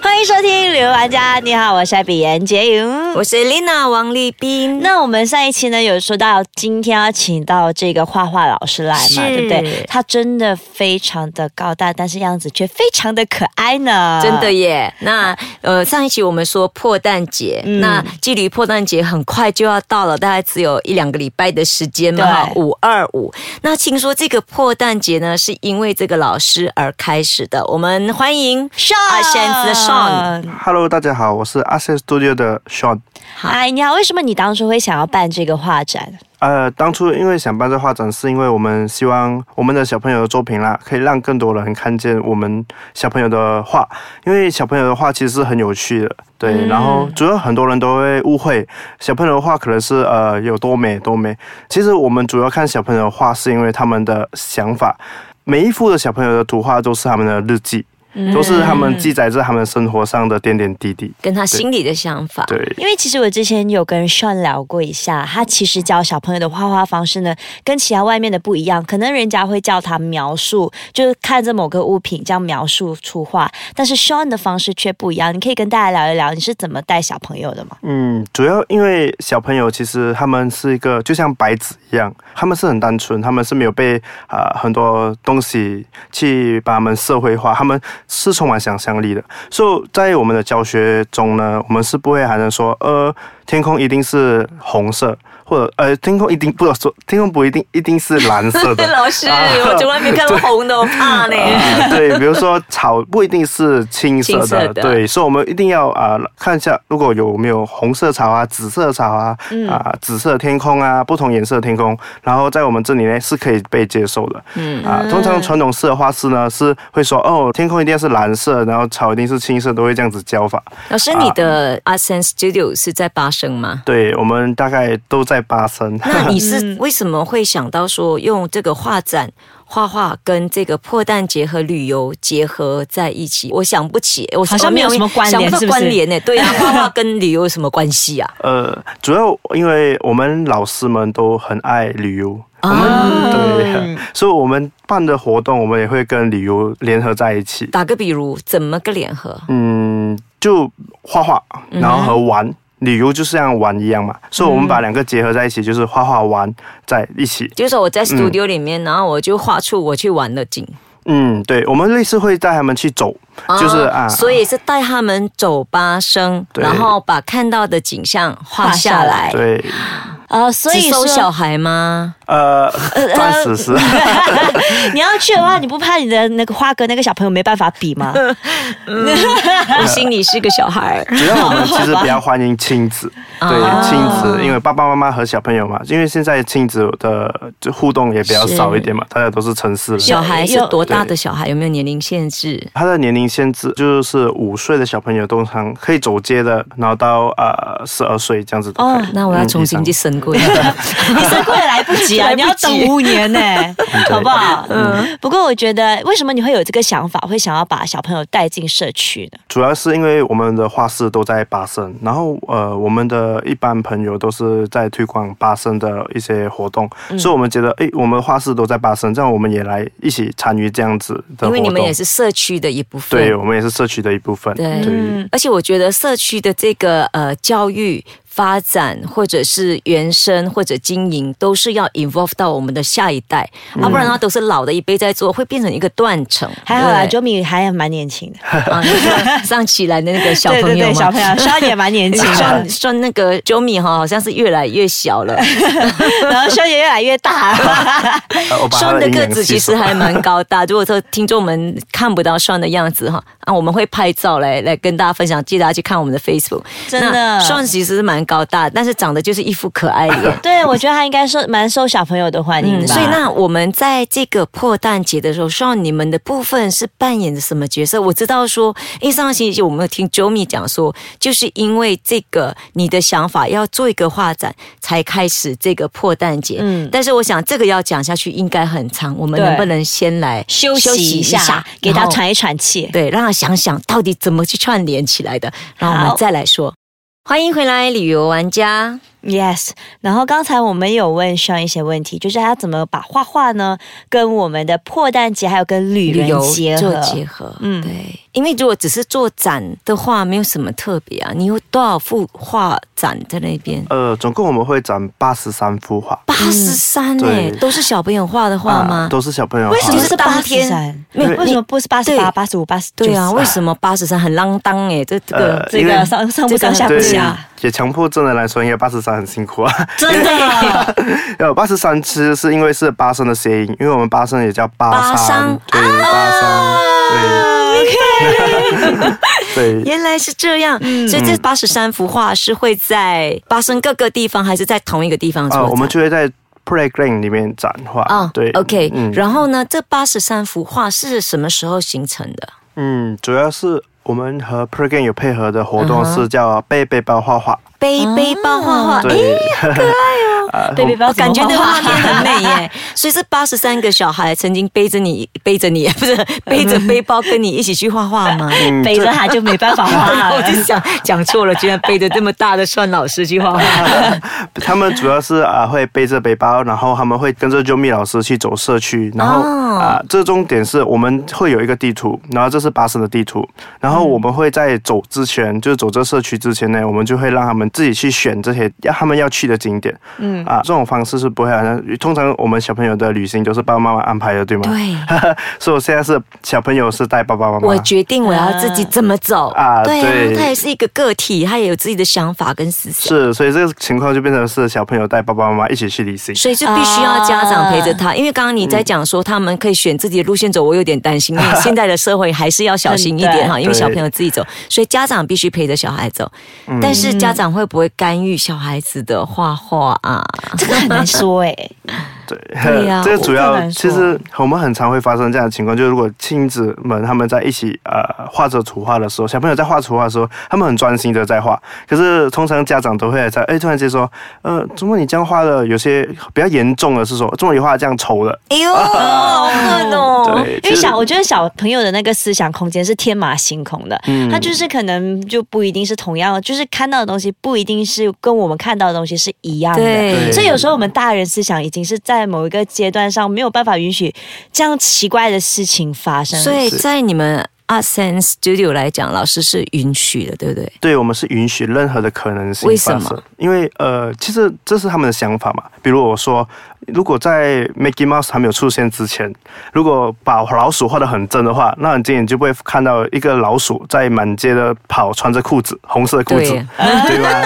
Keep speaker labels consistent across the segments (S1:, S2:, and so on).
S1: 欢迎收听《旅游玩家》，你好，我是艾比颜洁 莹。
S2: 我是 Lina 王立斌。
S1: 那我们上一期呢有说到，今天要请到这个画画老师来嘛，
S2: 是
S1: 对不对？他真的非常的高大，但是样子却非常的可爱呢，
S2: 真的耶！那呃，上一期我们说破蛋节，那距离破蛋节很快就要到了，大概只有一两个礼拜的时间嘛，哈，
S1: 对
S2: 五二五。那听说这个破蛋节呢，是因为这个老师而开始的。我们欢迎
S1: s
S2: 阿仙子的 Sean。
S3: Hello，大家好，我是 Access Studio 的 Sean。
S1: 哎，你好，为什么你当初会想要办这个画展？
S3: 呃，当初因为想办这画展，是因为我们希望我们的小朋友的作品啦，可以让更多人看见我们小朋友的画，因为小朋友的画其实是很有趣的。对，然后主要很多人都会误会小朋友的画可能是呃有多美多美，其实我们主要看小朋友的画是因为他们的想法，每一幅的小朋友的图画都是他们的日记，都是他们记载着他们生活上的点点滴滴。
S2: 跟他心里的想法，
S3: 对。
S1: 因为其实我之前有跟 Sean 聊过一下，他其实教小朋友的画画方式呢，跟其他外面的不一样。可能人家会叫他描述，就是看着某个物品这样描述出画，但是 Sean 的方式却不一样。你可以跟大家聊一聊，你是怎么带小朋友的吗？
S3: 嗯，主要因为小朋友其实他们是一个就像白纸一样，他们是很单纯，他们是没有被啊、很多东西去把他们社会化，他们是充满想象力的。所以在我们的教学中呢，我们是不会喊着说，呃，天空一定是红色，或者呃，天空一定不是说天空不一定一定是蓝 色的。
S2: 老师，
S3: 啊
S2: 我从来没看过红的，我 怕呢。
S3: 啊对，比如说草不一定是青色的，
S2: 青色的
S3: 对，所以我们一定要啊、看一下，如果有没有红色草啊、紫色草啊、
S2: 嗯
S3: 啊、紫色天空啊、不同颜色的天空，然后在我们这里呢是可以被接受的。嗯啊，通常传统式的画室呢是会说哦，天空一定是蓝色，然后草一定是青色，都会这样子教法。
S2: 老师，你的 a s e n Studio 是在巴生吗？
S3: 对我们大概都在八升。
S2: 那你是为什么会想到说用这个画展画画跟这个破蛋节和旅游结合在一起？我想不起，我
S1: 好像没有什么关联
S2: 想不到
S1: 是不是
S2: 关联呢、 对呀、画画跟旅游有什么关系啊？
S3: 呃，主要因为我们老师们都很爱旅游，我们、
S2: 啊
S3: 对，所以我们办的活动，我们也会跟旅游联合在一起。
S2: 打个比如，怎么个联合？
S3: 嗯，就画画，
S2: 嗯
S3: 然后和玩。旅游就是像玩一样嘛，所以我们把两个结合在一起，就是画画玩在一起。
S2: 就是说我在 studio 里面，然后我就画出我去玩的景，
S3: 嗯，对，我们类似会带他们去走，就是啊，
S2: 哦所以是带他们走八生，
S3: 对
S2: 然后把看到的景象画下来。
S3: 对，
S1: 呃，所
S2: 只
S1: 以
S2: 收
S1: 说
S2: 小孩 吗？
S3: 呃，暂时是。
S2: 呃
S1: 你要去的话，你不怕你的那个画跟那个小朋友没办法比吗？
S2: 我心里是个小孩。
S3: 主要我们其实比较欢迎亲子，对
S2: 啊
S3: 亲子，因为爸爸妈妈和小朋友嘛，因为现在亲子的就互动也比较少一点嘛，大家都是城市人。
S2: 小孩是
S1: 有
S2: 多大的小孩？有没有年龄限制？
S3: 他的年龄限制就是五岁的小朋友通常可以走街的，然后到呃十二岁这样子都
S1: 哦
S3: 可以。
S2: 哦那我要重新去
S3: 嗯
S2: 申过一下。
S1: 你 生过也来不及啊，
S2: 来
S1: 你
S2: 不及
S1: 要等五年 呢、好不好？嗯。不过我觉得，为什么你会有这个想法，会想要把小朋友带进社区呢？
S3: 主要是因为我们的画室都在巴生，然后呃，我们的一般朋友都是在推广巴生的一些活动，
S2: 嗯
S3: 所以我们觉得，诶，我们画室都在巴生，这样我们也来一起参与这样子的活动。
S2: 因为你们也是社区的一部分。
S3: 对，我们也是社区的一部分。
S2: 对
S1: 嗯
S2: 而且我觉得社区的这个呃教育发展，或者是原生或者经营，都是要 involve 到我们的下一代，要、不然的话都是老的一辈在做，会变成一个断层。
S1: 还好啦，
S2: 对
S1: 九米还蛮年轻的，
S2: 啊你说上期来的那个小朋
S1: 对 对
S2: 友
S1: 对，小
S2: 嘛
S1: 朋。 友，肖也蛮年轻的
S2: 算，算那个 Jomi 哈，好像是越来越小了。
S1: 然后肖也越来越大 了。
S3: 呃我把他
S2: 双的
S3: 阴
S2: 个
S3: 阳
S2: 子
S3: 系
S2: 其实
S3: 数
S2: 还蛮高 大，如果说听众们看不到双的样子哈，啊，我们会拍照来来跟大家分享，记得大家去看我们的 Facebook。
S1: 真的。
S2: 双其实是蛮高大，但是长得就是一副可爱脸
S1: 对，我觉得他应该受蛮受小朋友的欢迎
S2: 嗯，
S1: 吧。
S2: 所以那我们在这个破蛋节的时候，双你们的部分是扮演着什么角色？我知道说，因为上个星期我们有听 Jomi 讲说，就是因为这个你的想法要做一个画展，才开始这个破蛋节。
S1: 嗯
S2: 嗯，但是我想这个要讲下去应该很长，我们
S1: 对
S2: 能不能先来
S1: 休息一下，给他
S2: 然后
S1: 喘一喘气。
S2: 对，让他想想到底怎么去串联起来的，然后我
S1: 好
S2: 们再来说。欢迎回来，旅游玩家。
S1: Yes，然后刚才我们有问上一些问题，就是他怎么把画画呢跟我们的破蛋节还有跟旅
S2: 旅游
S1: 游结合？
S2: 做结合，
S1: 嗯
S2: 嗯，对，因为如果只是做展的话，没有什么特别啊。你有多少幅画展在那边？
S1: 嗯
S3: 呃，总共我们会展八十三幅画，
S2: 八十三哎
S3: 对，
S2: 都是小朋友画的画吗？
S3: 啊都是小朋友画。
S1: 为什么
S2: 就是是
S1: 八
S2: 当
S1: 十
S2: 天
S1: 三？
S2: 没
S3: 有
S1: 为什么不是八十八、
S2: 对
S1: 八十五、八十？
S2: 对啊，为
S1: 么
S2: 什么八十三很浪当哎？这这个
S3: 呃
S1: 这
S3: 因
S1: 个
S3: 为
S1: 上上不上下不
S3: 对
S1: 下？，
S3: 也强迫症的来说，应该八十三很辛苦啊。
S1: 真的，啊
S3: 呃，八十三其实是因为是巴生的谐音，因为我们巴生也叫
S2: 巴
S3: 巴
S2: 桑
S3: 山，对，
S2: 啊
S3: 巴山，对对，
S2: 原来是这样，
S3: 嗯
S2: 所以这八十三幅画是会在巴生各个地方，还是在同一个地方做
S3: 啊，
S2: 展？
S3: 我们就会在 playground 里面展画
S2: 啊，
S3: 对
S2: ，OK，
S3: 嗯
S2: 然后呢，这八十三幅画是什么时候形成的？
S3: 嗯，主要是我们和 playground 有配合的活动
S2: 嗯哼啊
S3: 是叫背背包画画，
S2: 背背包画画，
S3: 哦对，
S1: 对对，不要
S2: 我感觉那
S1: 的
S2: 个画
S1: 话，
S2: 面很美 耶。所以这八十三个小孩曾经背着你，背着你 不是背着背包跟你一起去画画 吗？
S3: 嗯
S1: 背着
S3: 这
S1: 它就没办 法
S3: 啊
S1: 画
S2: 我
S1: 了。
S2: 就想讲错了，居然背着这么大的算老师去画画。
S3: 他们主要是啊、呃会背着背包，然后他们会跟着 Jomi 老师去走社区，然后
S2: 哦
S3: 啊、这重点是我们会有一个地图，然后这是巴士的地图，然
S2: 嗯
S3: 后我们会在走之前，就是走这社区之前呢，我们就会让他们自己去选这些要他们要去的景点，嗯啊、这种方式是不会好像通常我们小朋友的旅行都是爸爸妈妈安排 的，对吗？
S2: 对，
S3: 所以我现在是小朋友是带爸爸妈妈，
S2: 我决定我要自己怎么走
S3: 啊
S2: 对
S3: 对
S2: 啊，他也是一个个体，他也有自己的想法跟思想。
S3: 是，所以这个情况就变成是小朋友带爸爸妈妈一起去旅行。
S2: 所以就必须要家长陪着他，因为刚刚你在讲说他们可以选自己的路线走，我有点担心，因 为现在的社会还是要小心一点哈，因为小朋友自己走，所以家长必须陪着小孩走。
S3: 嗯
S2: 但是家长会不会干预小孩子的画画啊？
S1: 这个很难说哎、
S3: 对，
S2: 对呀
S3: 这个主
S1: 我不
S3: 要
S1: 敢
S3: 其
S1: 说
S3: 实我们很常会发生这样的情况，就是如果亲子们他们在一起呃画着图画的时候，小朋友在画图画的时候，他们很专心的在画，可是通常家长都会在哎突然间说，呃，怎么你这样画的有些比较严重的是说，怎么你画得这样丑了？
S2: 哎呦，好狠哦！
S3: 对，
S1: 因
S3: 其
S1: 为
S3: 实
S1: 小，我觉得小朋友的那个思想空间是天马行空的，
S3: 嗯
S1: 他就是可能就不一定是同样的，就是看到的东西不一定是跟我们看到的东西是一样的。
S2: 对，
S1: 所以有时候我们大人思想已经是在某一个阶段上没有办法允许这样奇怪的事情发生。
S2: 所以在你们 Art Sense Studio 来讲，老师是允许的，对不对？
S3: 对我们是允许任何的可能性
S2: 为什
S3: 发
S2: 么
S3: 生，因为呃，其实这是他们的想法嘛。比如我说，如果在 Mickey Mouse 还没有出现之前，如果把老鼠画得很真的话，那你今天就不会看到一个老鼠在满街的跑，穿着裤子，红色的裤子，
S2: 对
S3: 对吧？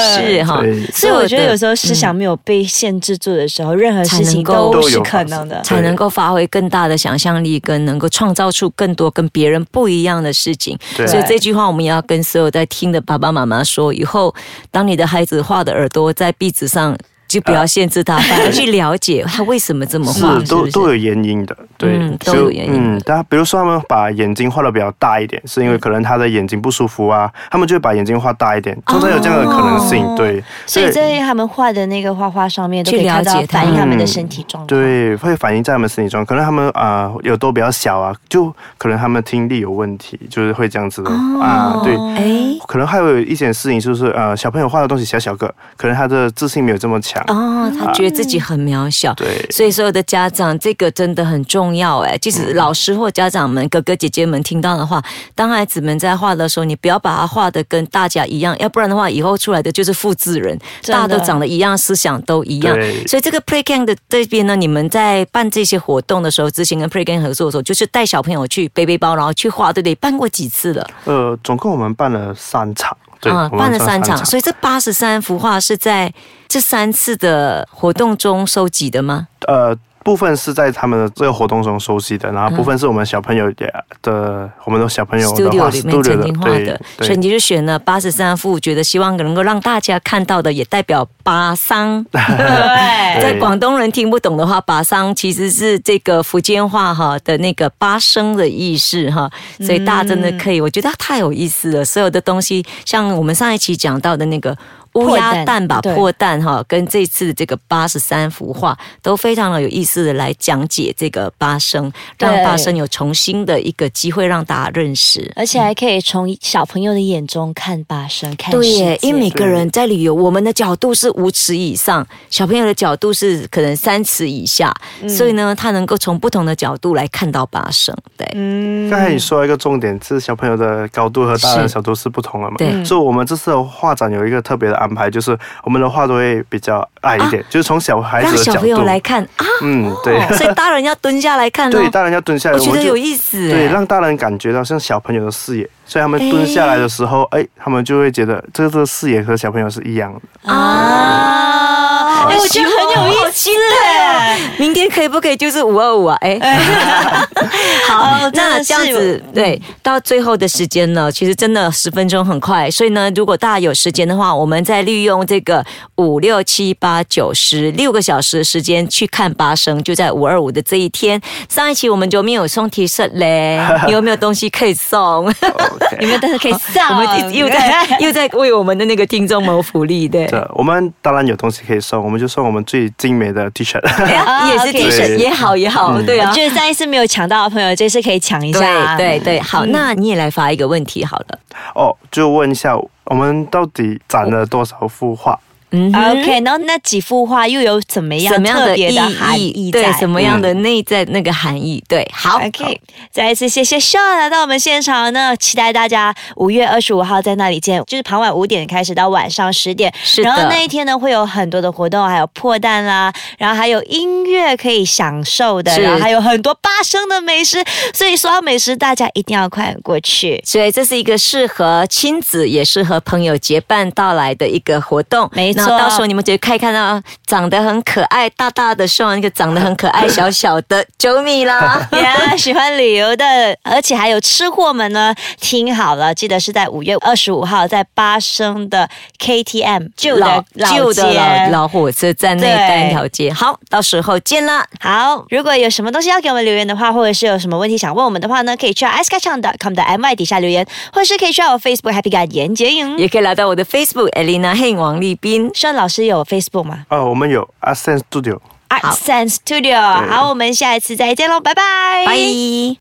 S2: 是哈
S3: 对，
S1: 所以我觉得有时
S2: 候。
S1: 候思想没有被限制住的时候，任何
S2: 嗯
S1: 事情
S2: 才能够
S1: 都是可能的。
S2: 才能够发挥更大的想象力，跟能够创造出更多跟别人不一样的事情。
S3: 对
S2: 所以这句话我们也要跟所有在听的爸爸妈妈说：以后当你的孩子画的耳朵在壁纸上，就不要限制他，反而去了解他为什么这么画，
S3: 啊是都
S2: 不
S3: 都有原因的，对，
S2: 嗯
S3: 就
S2: 都有原因
S3: 嗯，但比如说他们把眼睛画的比较大一点，是因为可能他的眼睛不舒服啊，他们就会把眼睛画大一点，
S2: 哦
S3: 通常有这样的可能性，
S1: 哦
S3: 对，
S1: 所以
S3: 对
S1: 在他们画的那个画画上面，都可以
S2: 去了
S1: 看到
S2: 解他
S1: 反映他们的
S3: 嗯
S1: 身体
S2: 哦
S1: 状况。
S3: 对，会反映在他们身体中，可能他们啊、呃耳朵比较小啊，就可能他们听力有问题，就是会这样子的、
S2: 哦
S3: 啊，对。
S1: 哦
S2: 哎
S3: 可能还有一件事情就是，呃，小朋友画的东西小小个，可能他的自信没有这么强。
S2: 哦，他觉得自己很渺小。
S3: 对，
S2: 所以所有的家长，这个真的很重要哎。即
S3: 嗯
S2: 使老师或家长们、哥哥姐姐们听到的话，当孩子们在画的时候，你不要把它画的跟大家一样，要不然的话，以后出来的就是复制人，
S1: 真的
S2: 大家都长得一样，思想都一样
S3: 对。
S2: 所以这个 Play Gang 的这边呢，你们在办这些活动的时候，之前跟 Play Gang 合作的时候，就是带小朋友去背背包，然后去画，对不对？办过几次了？
S3: 呃，总共我们办了三场，对，我们
S2: 啊办了
S3: 算
S2: 三
S3: 三
S2: 场。所以这八十三幅画是在这三次的活动中收集的吗？
S3: 呃，部分是在他们的这个活动中收集的，然后部分是我们小朋友的的，我们的小朋友的
S2: studio
S3: 画
S2: 里面
S3: studio
S2: 曾
S3: 的
S2: 经画
S3: 对
S2: 的，所以
S3: 对
S2: 你就选了八十三幅，觉得希望能够让大家看到的，也代表巴 桑。
S1: 对
S2: 在广东人听不懂的话，巴桑其实是这个福建话哈的那个八声的意思哈，所以大家真的可以，我觉得它太有意思了。所有的东西，像我们上一期讲到的那个乌鸦蛋吧，
S1: 对
S2: 破蛋哈，跟这次这个八十三幅画都非常的有意思的来讲解这个八生，让
S1: 对
S2: 八生有重新的一个机会让大家认识。
S1: 而且还可以从小朋友的眼中看八生，看
S2: 对
S1: 世
S2: 耶，
S1: 界
S2: 因为每个人在旅游，我们的角度是五尺以上，小朋友的角度是可能三尺以下，所以呢，他能够从不同的角度来看到八生。对，
S3: 刚才你说到一个重点，是小朋友的高度和大人的
S2: 嗯是
S3: 角度是不同的嘛？
S2: 对
S3: 所以我们这次的画展有一个特别的安排，就是我们的画都会比较矮一点，就是从小孩
S2: 啊让
S3: 子的
S2: 小
S3: 角
S2: 朋友
S3: 度。
S2: 来看啊，
S3: 嗯，对，
S2: 所以大人要蹲下来看
S3: 对，
S2: 哦。
S3: 大人要蹲下来，
S2: 我觉
S3: 们
S2: 得
S3: 就
S2: 有意思耶。
S3: 对，让大人感觉到像小朋友的视野，所以他们蹲下来的时候，哎，他们就会觉得这个视野和小朋友是一样的。
S2: 啊！哎，我觉得很有意思哎。明天可以不可以就是五二五啊？哎， 好，
S1: 真的
S2: 那
S1: 是嗯
S2: 这样子对，到最后的时间呢，其实真的十分钟很快，所以呢，如果大家有时间的话，我们再利用这个五六七八九十六个小时的时间去看八生，就在五二五的这一天。上一期我们就没有送 T 恤嘞， 你有没有东西可以送？
S1: 有没有？但是可以上，
S2: 我们又 在 又在为我们的那个听众谋福利，对。
S1: 啊
S3: 这我们当然有东西可以送，我们就送我们最精美的 T 恤。
S1: 啊
S2: 哎也是
S1: OK
S2: T 恤
S3: 对
S2: 也好也好，对啊。
S1: 就是上一次没有抢到的朋友，这嗯次可以抢一下。
S2: 对对对，好，那你也来发一个问题好了。
S3: 哦，就问一下，我们到底展了多少幅画？
S2: 嗯哼
S1: OK，然后那几幅画又有怎么样
S2: 什么样
S1: 特
S2: 的
S1: 别
S2: 意
S1: 的含义
S2: 义？对
S1: 在，
S2: 什么样的内在那个含义？对，好。
S1: 嗯 OK，再一次谢谢 Sean 来到我们现场呢，期待大家五月二十五号在那里见，就是傍晚五点开始到晚上十点，
S2: 是的
S1: 然后那一天呢会有很多的活动，还有破蛋啦，然后还有音乐可以享受的，
S2: 是
S1: 然后还有很多八生的美食，所以说到美食，大家一定要快点过去。
S2: 所以这是一个适合亲子也适合朋友结伴到来的一个活动。
S1: 没错
S2: 那到时候你们就可以看到长得很可爱、大大的像一个长得很可爱、小小的九米啦。
S1: 呀喜欢旅游的，而且还有吃货们呢，听好了，记得是在五月二十五号在八生的 KTM 旧的老
S2: 旧的
S1: 街
S2: 老老火车站那一带一条街。好，到时候见啦。
S1: 好，如果有什么东西要给我们留言的话，或者是有什么问题想问我们的话呢，可以去到 i c e k a c h a n g c o m 的 my 底下留言，或是可以去到我 Facebook Happy Guy 严洁莹。
S2: 也可以来到我的 Facebook Elena Heng 王立斌。
S1: 盛老师有 Facebook 吗
S3: 哦，我们有 Ascent Studio。
S1: ？Art Sense Studio。好，我们下一次再见喽，拜拜，
S2: 拜。